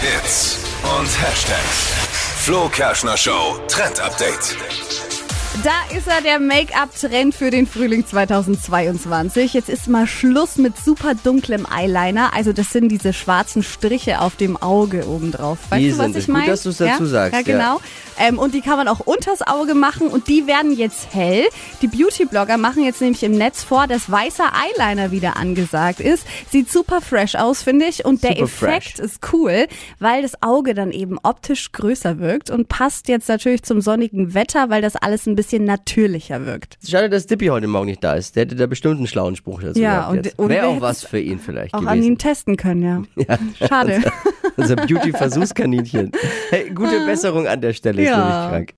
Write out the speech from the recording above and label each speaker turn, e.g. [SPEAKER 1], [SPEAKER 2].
[SPEAKER 1] Hits und Hashtags. Flo Kerschner Show Trend Update.
[SPEAKER 2] Da ist er der Make-up-Trend für den Frühling 2022. Jetzt ist mal Schluss mit super dunklem Eyeliner. Also das sind diese schwarzen Striche auf dem Auge obendrauf. Weißt
[SPEAKER 3] Die
[SPEAKER 2] du, was
[SPEAKER 3] sind
[SPEAKER 2] ich
[SPEAKER 3] es. Gut,
[SPEAKER 2] meine?
[SPEAKER 3] dass du's dazu
[SPEAKER 2] ja?
[SPEAKER 3] sagst,
[SPEAKER 2] Ja,
[SPEAKER 3] ja.
[SPEAKER 2] genau. Ähm, und die kann man auch unters Auge machen und die werden jetzt hell. Die Beauty-Blogger machen jetzt nämlich im Netz vor, dass weißer Eyeliner wieder angesagt ist. Sieht super fresh aus, finde ich. Und der
[SPEAKER 3] Super
[SPEAKER 2] Effekt
[SPEAKER 3] fresh.
[SPEAKER 2] ist cool, weil das Auge dann eben optisch größer wirkt und passt jetzt natürlich zum sonnigen Wetter, weil das alles ein bisschen natürlicher wirkt.
[SPEAKER 3] Schade, dass Dippy heute Morgen nicht da ist. Der hätte da bestimmt einen schlauen Spruch dazu
[SPEAKER 2] Ja,
[SPEAKER 3] gehabt. jetzt.
[SPEAKER 2] und- und
[SPEAKER 3] Wäre
[SPEAKER 2] wir
[SPEAKER 3] auch
[SPEAKER 2] hätten
[SPEAKER 3] was für ihn vielleicht
[SPEAKER 2] Auch an ihm
[SPEAKER 3] gewesen.
[SPEAKER 2] testen können, ja. Schade.
[SPEAKER 3] Unser Beauty-Versuchskaninchen. Hey, gute Besserung an der Stelle, ist
[SPEAKER 2] Ja.
[SPEAKER 3] nämlich krank.